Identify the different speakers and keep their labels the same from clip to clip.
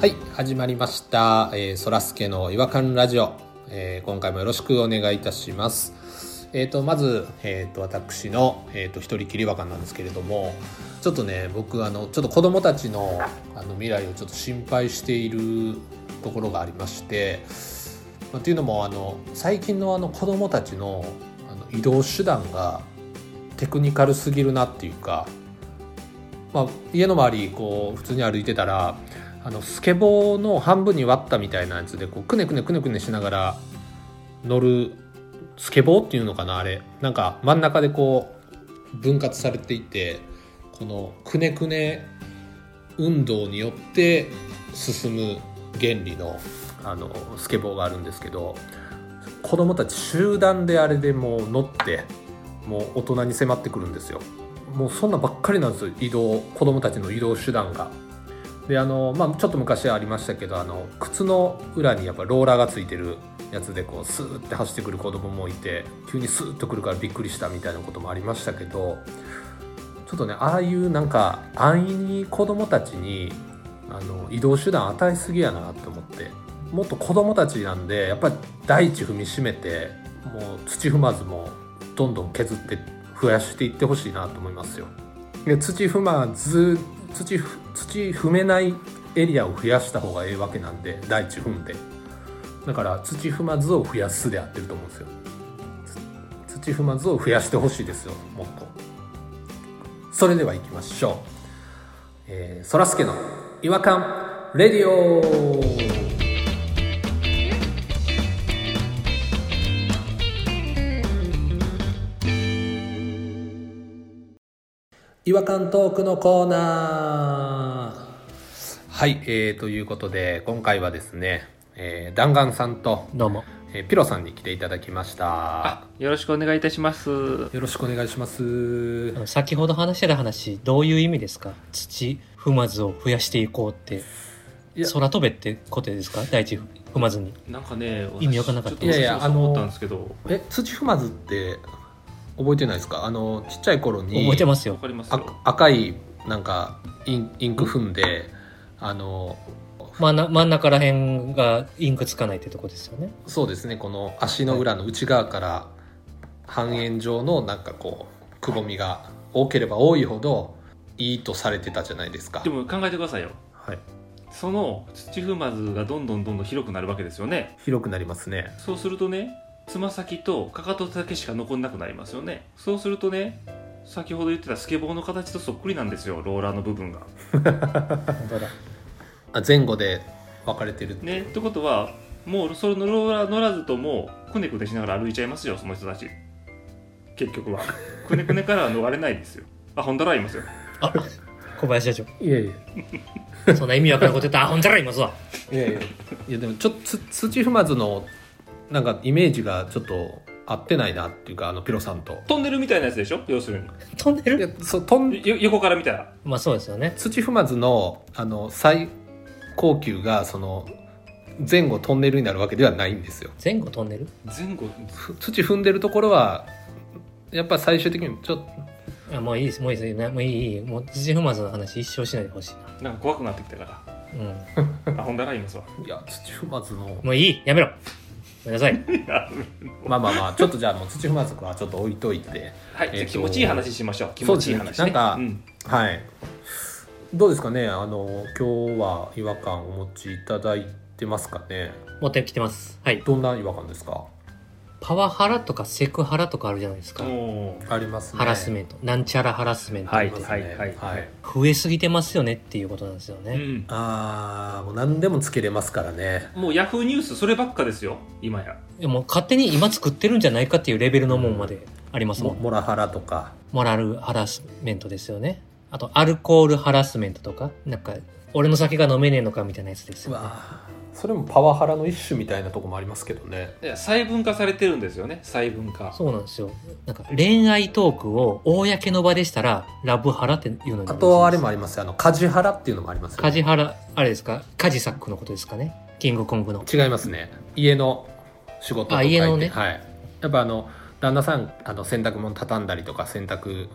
Speaker 1: はい始まりました、えー、そらすけの違和感ラジオ、えー今回もよろしくお願いいたしますえー、とまず、えー、と私の、えー、と一人きり違和感なんですけれどもちょっとね僕あのちょっと子供たちのあの未来をちょっと心配しているところがありましてまあ、というのもあの最近のあの子供たちのあの移動手段がテクニカルすぎるなっていうか、まあ、家の周りこう普通に歩いてたらあのスケボーの半分に割ったみたいなやつでこうくねくねくねくねしながら乗るスケボーっていうのかなあれなんか真ん中でこう分割されていてこのくねくね運動によって進む原理のあのスケボーがあるんですけど子供たち集団であれでもう乗ってもう大人に迫ってくるんですよもうそんなばっかりなんですよ移動子供たちの移動手段がであの、まあ、ちょっと昔ありましたけどあの靴の裏にやっぱローラーがついてるやつでこうスーッて走ってくる子供もいて急にスーッとくるからびっくりしたみたいなこともありましたけどちょっとねああいうなんか安易に子供たちにあの移動手段与えすぎやなって思ってもっと子供たちなんでやっぱり大地踏みしめてもう土踏まずもうどんどん削って増やしていってほしいなと思いますよ。で土踏まず土ふ土踏めないエリアを増やした方がええわけなんで大地踏んでだから土踏まずを増やすでやってると思うんですよつ土踏まずを増やしてほしいですよもっとそれでは行きましょうえーそらすけの違和感レディオ違和感トークのコーナーはい、えー、ということで今回はですね、えー、弾丸さんと、
Speaker 2: どうも
Speaker 1: えーピロさんに来ていただきました
Speaker 3: よろしくお願いいたします。
Speaker 1: よろしくお願いします
Speaker 2: あの先ほど話してた話どういう意味ですか土踏まずを増やしていこうって
Speaker 1: いや
Speaker 2: 空飛べってことですか大地踏まずに
Speaker 3: なんかね、
Speaker 2: 意味わかんなかった
Speaker 3: いやい
Speaker 1: いやい
Speaker 3: や、
Speaker 1: や
Speaker 3: あ
Speaker 1: あの
Speaker 3: の、思ったんですけど。
Speaker 1: え土踏まずって覚えてないですかあのちっちゃい頃に
Speaker 2: 覚えてます
Speaker 3: わ
Speaker 2: よ
Speaker 3: かります
Speaker 1: あ
Speaker 3: よ。
Speaker 1: 赤いなんかインインク踏んであの
Speaker 2: 真んな真ん中らへんがインクつかないってとこですよね
Speaker 1: そうですねこの足の裏の内側から半円状のなんかこうくぼみが多ければ多いほどいいとされてたじゃないですか
Speaker 3: でも考えてくださいよ。
Speaker 1: はい、
Speaker 3: その土踏まずがどんどんどんどん広くなるわけですよね。
Speaker 1: 広くなりますね
Speaker 3: そうするとね、つま先とかかとだけしか残んなくなりますよね。そうするとね、先ほど言ってたスケボーの形とそっくりなんですよ、ローラーの部分が。
Speaker 2: 本当だ
Speaker 1: あ前後で分かれてるって
Speaker 3: ね、ってことは、もうそのローラー乗らずとも、くねくねしながら歩いちゃいますよ、その人たち。結局は。くねくねからは逃れないですよ。あ、ほんだらいますよ。
Speaker 2: あ小林社
Speaker 1: いやいや
Speaker 2: 長そんな意味わからんこと言ったらあほんじゃらいますわ
Speaker 1: いやいやいやでもちょっとつ土踏まずのなんかイメージがちょっと合ってないなっていうかあのピロさんと
Speaker 3: トンネルみたいなやつでしょ要する
Speaker 2: 飛んで
Speaker 1: いや
Speaker 2: る
Speaker 1: そうとん
Speaker 3: によ横から見たら
Speaker 2: まあそうですよね
Speaker 1: 土踏まずのあの最高級がその前後トンネルになるわけではないんですよ
Speaker 2: 前後飛んでる
Speaker 3: 前後
Speaker 1: ふ土踏んでるところはやっぱ最終的にちょっと
Speaker 2: あもういいですもういいですもういいいいもう土踏まずの話一生しないでほしい
Speaker 3: なんか怖くなってきたか
Speaker 2: な
Speaker 3: らあほんだらいますわ
Speaker 1: いや土踏まずの
Speaker 2: うんもういいやめろごめんなさい
Speaker 1: まあまあまあちょっとじゃあもう土踏まずはちょっと置いといて
Speaker 3: はい、じゃあ
Speaker 1: えっと
Speaker 3: 気持ちいい話しましょう気持ちいい話、ね、
Speaker 1: そうですねなんか
Speaker 3: うん
Speaker 1: はい。どうですかね。あの今日は違和感お持ちいただいてますかね。
Speaker 2: 持ってきてますはい
Speaker 1: どんな違和感ですか。
Speaker 2: パワハラとかセクハラとかあるじゃないですか、
Speaker 3: おー
Speaker 1: ありますね。
Speaker 2: ハラスメントなんちゃらハラスメント、
Speaker 3: は
Speaker 1: あり
Speaker 3: い
Speaker 1: ますね。
Speaker 3: はいはいはい
Speaker 2: 増えすぎてますよねっていうことなんですよ
Speaker 3: う
Speaker 2: ね、
Speaker 3: ん
Speaker 1: ああもう何でもつけれますからね。
Speaker 3: もうヤフーニュースそればっかですよ今や
Speaker 2: でも勝手に今作ってるんじゃないかっていうレベルのもんまでありますも
Speaker 1: も
Speaker 2: ん、
Speaker 1: モラハラとか。
Speaker 2: モラルハラスメントですよねあとアルコールハラスメントとかなんか俺の酒が飲めねえのかみたいなやつですよ
Speaker 1: わそれもパワハラの一種みたいなとこもありますけどね。
Speaker 3: いや細分化されてるんですよね細分化
Speaker 2: そうなんですよなんか恋愛トークを公の場でしたらラブハラっていうのに
Speaker 1: あとあれもありますよあのカジハラっていうのもありますよ
Speaker 2: カジハラあれですかカジサックのことですかねキングコングの
Speaker 1: 違いますね家の仕事とか
Speaker 2: あ家のね
Speaker 1: はい、やっぱあの旦那さんあの洗濯物畳んだりとか洗濯、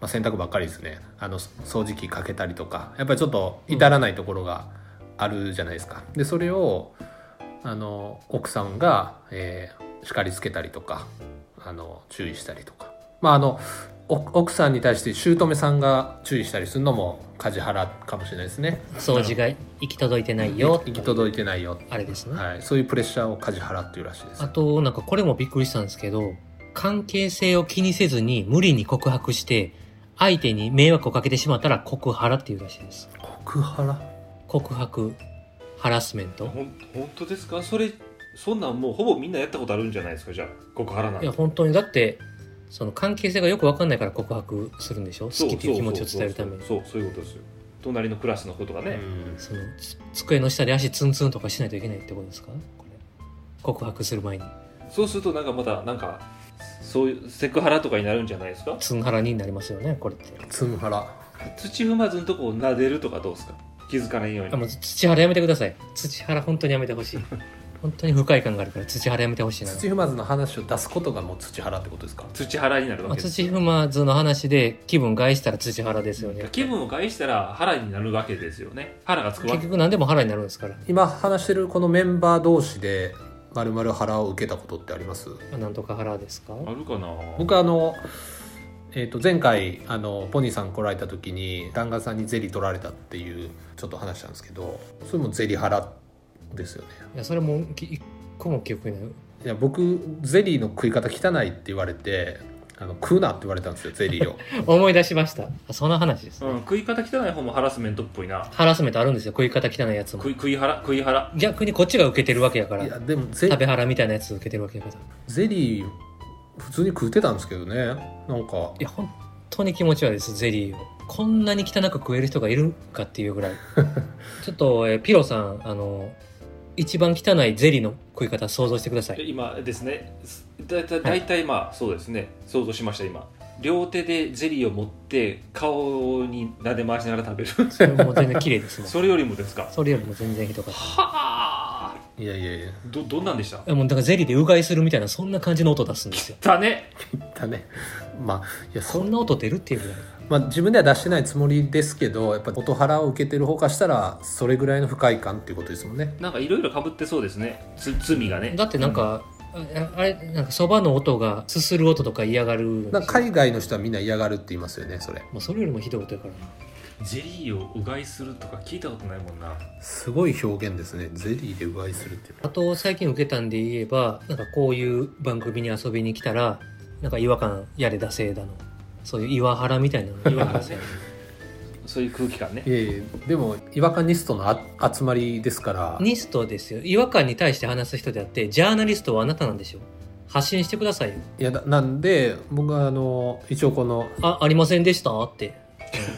Speaker 1: まあ、洗濯ばっかりですねあの掃除機かけたりとかやっぱりちょっと至らないところがあるじゃないですかでそれをあの奥さんが、えー叱りつけたりとかあの注意したりとかまああのお奥さんに対して姑さんが注意したりするのも梶原かもしれないですね
Speaker 2: 掃除が行き届いてないよ
Speaker 1: 行き届いてないよ、
Speaker 2: あれですね、
Speaker 1: はい、そういうプレッシャーを梶原っていうらしいです
Speaker 2: あとなんかこれもびっくりしたんですけど関係性を気にせずに無理に告白して相手に迷惑をかけてしまったら告ハラっていうらしいです
Speaker 1: 告原
Speaker 2: 告白ハラスメント
Speaker 3: ほん本当ですかそれそんなんもうほぼみんなやったことあるんじゃないですかじゃあ告白なん
Speaker 2: い
Speaker 3: て
Speaker 2: や本当にだってその関係性がよく分かんないから告白するんでしょ好きっていう気持ちを伝えるために
Speaker 3: そうそうそうそういうことですよ隣のクラスのことがね、
Speaker 2: そのつ机の下で足ツンツンとかしないといけないってことですかこれ告白する前に
Speaker 3: そうするとなんかまたなんかそういうセクハラとかになるんじゃないですか
Speaker 2: ツンハラになりますよねこれって
Speaker 1: つむはら
Speaker 3: 土踏まずのとこを撫でるとかどうですか気づかないように
Speaker 2: あもう土原やめてください土原本当にやめてほ しい本当に不快感があるから土原やめてほしいな
Speaker 1: 土踏まずの話を出すことがもう土原ってことですか
Speaker 3: 土腹になるわ
Speaker 2: まあ、
Speaker 3: けです
Speaker 2: 土踏まずの話で気分害したら土原ですよね
Speaker 3: 気分を害したら腹になるわけですよね腹がつくわ
Speaker 2: 結
Speaker 3: け
Speaker 2: 局何でも腹になるんですから、ま
Speaker 1: 今話してるこのメンバー同士でまるまる腹を受けたことってあります
Speaker 2: あ、なんとか腹ですか
Speaker 3: あるかな
Speaker 1: 僕あの、えー、と前回あのポニーさん来られた時に旦那さんにゼリー取られたっていうちょっと話したんですけどそれもゼリ腹ですよね
Speaker 2: いやそれもき一個も記憶にない
Speaker 1: いや僕ゼリーの食い方汚いって言われてあの食うなって言われたんですよゼリー を
Speaker 2: 思い出しましたあその話です、
Speaker 3: うん、食い方汚い方もハラスメントっぽいな
Speaker 2: ハラスメントあるんですよ食い方汚いやつも
Speaker 3: 食い食い腹食い腹
Speaker 2: 逆にこっちが受けてるわけやか
Speaker 1: い
Speaker 2: ら
Speaker 1: やでもゼ
Speaker 2: 食べ腹みたいなやつ受けてるわけやからい
Speaker 1: ゼリー普通に食ってたんですけどねなんか
Speaker 2: や本当に気持ち悪いですゼリーをこんなに汚く食える人がいるかっていうぐら いちょっと、えーピロさんあの一番汚いゼリーの食い方想像してください
Speaker 3: 今ですねすだだ大体まあそうですね想像しました今両手でゼリーを持って顔に撫で回しながら食 べる
Speaker 2: それも全然綺麗ですもん
Speaker 3: それよりもですか
Speaker 2: それよりも全然ひどかった
Speaker 3: はあ
Speaker 1: いやいやいや
Speaker 3: どどんなんでした
Speaker 2: いやもうだからゼリーでうがいするみたいなそんな感じの音出すんですよ
Speaker 3: だね
Speaker 1: だねまあいやそ
Speaker 2: そんな音出るっていうぐらい
Speaker 1: まあ、自分では出してないつもりですけどやっぱ音腹を受けてる方からしたらそれぐらいの不快感っていうことですもんね
Speaker 3: なんかいろいろかぶってそうですねつ罪がね
Speaker 2: だってなんか、ああれなんかそばの音がすする音とか嫌がるんですよ
Speaker 1: なんか海外の人はみんな嫌がるって言いますよねそれ
Speaker 2: もうそれよりもひどい音やからな
Speaker 3: ゼリーをうがいするとか聞いたことないもんな
Speaker 1: すごい表現ですねゼリーでうがいするっていう
Speaker 2: あと最近受けたんで言えばなんかこういう番組に遊びに来たらなんか違和感やれだせえだのそういう岩原みたいなの
Speaker 3: 岩原さんそういう空気感ね
Speaker 1: いやいやでも違和感ニストのあ集まりですから
Speaker 2: ニストですよ違和感に対して話す人であってジャーナリストはあなたなんでしょ発信してくださいよ
Speaker 1: いやだなんで僕はあの一応この
Speaker 2: あありませんでしたって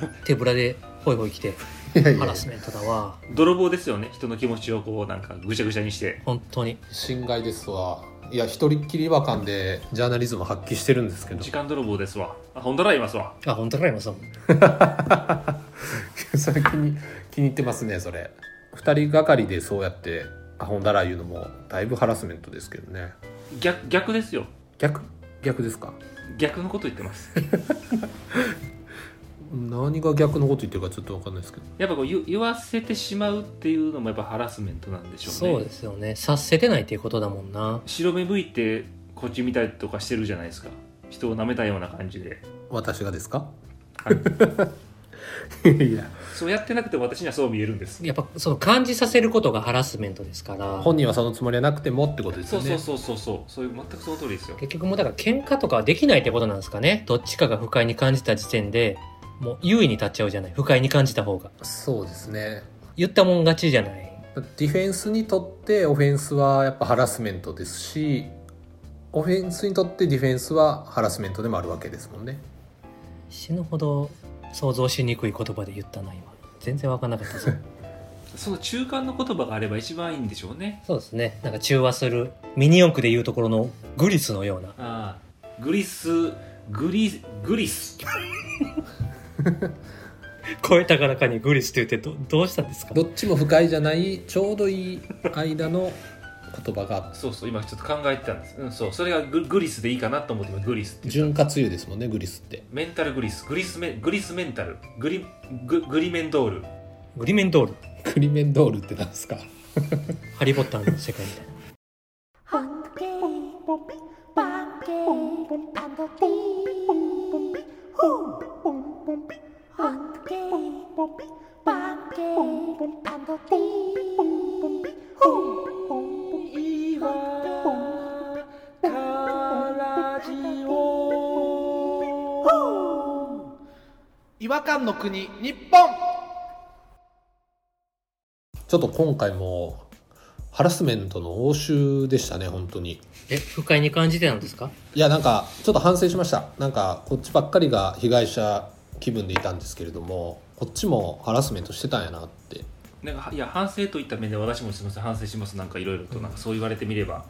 Speaker 2: うん手ぶらでホイホイ来て
Speaker 1: いやい
Speaker 2: ハ
Speaker 1: や
Speaker 2: ラスメントだわ
Speaker 3: 泥棒ですよね人の気持ちをこうなんかぐちゃぐちゃにして
Speaker 2: 本当に
Speaker 1: 侵害ですわいや一人っきり違和感でジャーナリズムを発揮してるんですけど
Speaker 3: 時間泥棒ですわあほんだらいますわ
Speaker 2: あ本当か今さん
Speaker 1: それ気に気に入ってますねそれ二人がかりでそうやってアホンダラ言うのもだいぶハラスメントですけどね
Speaker 3: 逆逆ですよ
Speaker 1: 逆逆ですか
Speaker 3: 逆のこと言ってます
Speaker 1: 何が逆のこと言ってるかちょっと分かんないですけど
Speaker 3: やっぱこう言言わせてしまうっていうのもやっぱハラスメントなんでしょうね
Speaker 2: そうですよね察せてないっていうことだもんな
Speaker 3: 白目向いてこっち見たりとかしてるじゃないですか人を舐めたような感じで、
Speaker 1: 私がです か
Speaker 3: はい、
Speaker 1: いや
Speaker 3: そうやってなくても私にはそう見えるんです
Speaker 2: やっぱその感じさせることがハラスメントですから
Speaker 1: 本人はそのつもりはなくてもってことです
Speaker 3: そ
Speaker 1: よ
Speaker 3: う
Speaker 1: ね
Speaker 3: そうそうそうそうそういう全くその通りですよ
Speaker 2: 結局もうだから喧嘩とかはできないってことなんですかねどっちかが不快に感じた時点でもう優位に立っちゃうじゃない不快に感じた方が
Speaker 1: そうですね
Speaker 2: 言ったもん勝ちじゃない
Speaker 1: ディフェンスにとってオフェンスはやっぱハラスメントですしオフェンスにとってディフェンスはハラスメントでもあるわけですもんね
Speaker 2: 死ぬほど想像しにくい言葉で言ったな今全然分かんなかった です
Speaker 3: その中間の言葉があれば一番いいんでしょうね
Speaker 2: そうですねなんか中和するミニ四駆で言うところのグリスのような
Speaker 3: ああグリスグリグリス
Speaker 2: 声高らかにグリスって言ってどどうしたんですか
Speaker 1: どっちも不快じゃないちょうどいい間の言葉が
Speaker 3: そうそう今ちょっと考えてたんですうんそうそれがググリスでいいかなと思って今グリスって
Speaker 1: 潤滑油ですもんねグリスって
Speaker 3: メンタルグリスグリスメグリスメンタルグリググリメンドール
Speaker 2: グリメンドール
Speaker 1: クリメンドールってなんですか
Speaker 2: ハリー・ポッターの世界みたいな
Speaker 4: Hunky,
Speaker 5: 違和感の国日本
Speaker 1: ちょっと今回もハラスメントの応酬でしたね本当に
Speaker 2: え不快に感じてたんですか
Speaker 1: いやなんかちょっと反省しましたなんかこっちばっかりが被害者気分でいたんですけれどもこっちもハラスメントしてたんやなって
Speaker 3: なんかいや反省といった面で私もすみません反省しますなんかいろいろとなんかそう言われてみれば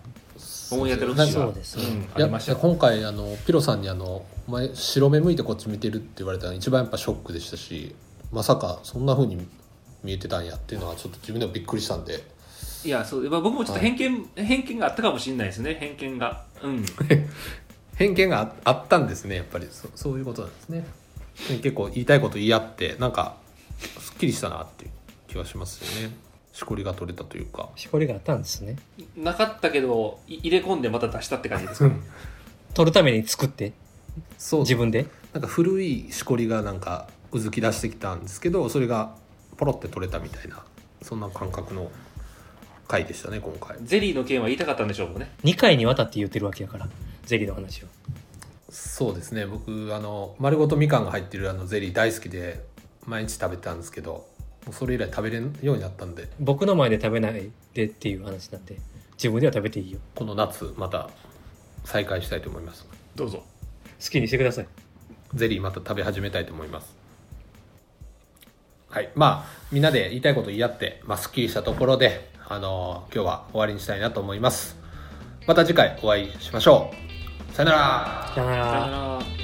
Speaker 3: 思い当た
Speaker 1: な
Speaker 3: る
Speaker 1: んか
Speaker 3: 節は
Speaker 2: そうですね
Speaker 3: ん、あ
Speaker 1: いや
Speaker 3: りましたよ
Speaker 1: 今回あのピロさんにあの「お前白目向いてこっち見てる」って言われたのが一番やっぱショックでしたしまさかそんな風に見えてたんやっていうのはちょっと自分でもびっくりしたんで
Speaker 3: いやそう、まあ、僕もちょっと偏見、偏見があったかもしれないですね偏見がうん
Speaker 1: 偏見がああったんですねやっぱりそそういうことなんですねで結構言いたいこと言い合ってなんかすっきりしたなっていう気はしますよねしこりが取れたというか
Speaker 2: しこりがあったんですね
Speaker 3: なかったけどい入れ込んでまた出したって感じですかね
Speaker 2: 取るために作って
Speaker 1: そう
Speaker 2: 自分で
Speaker 1: なんか古いしこりがなんかうずき出してきたんですけどそれがポロって取れたみたいなそんな感覚の回でしたね今回
Speaker 3: ゼリーの件は言いたかったんでしょうもね
Speaker 2: 2回にわたって言ってるわけやからゼリーの話を
Speaker 1: そうですね僕あの丸ごとみかんが入ってるあのゼリー大好きで毎日食べてたんですけどもうそれ以来食べれんようになったんで
Speaker 2: 僕の前で食べないでっていう話なんで自分では食べていいよ
Speaker 1: この夏また再開したいと思います
Speaker 3: どうぞ
Speaker 2: 好きにしてください
Speaker 1: ゼリーまた食べ始めたいと思いますはいまあみんなで言いたいこと言い合って、まあ、すっきりしたところで、あのー今日は終わりにしたいなと思いますまた次回お会いしましょうさよなら
Speaker 2: さよなら
Speaker 3: さよなら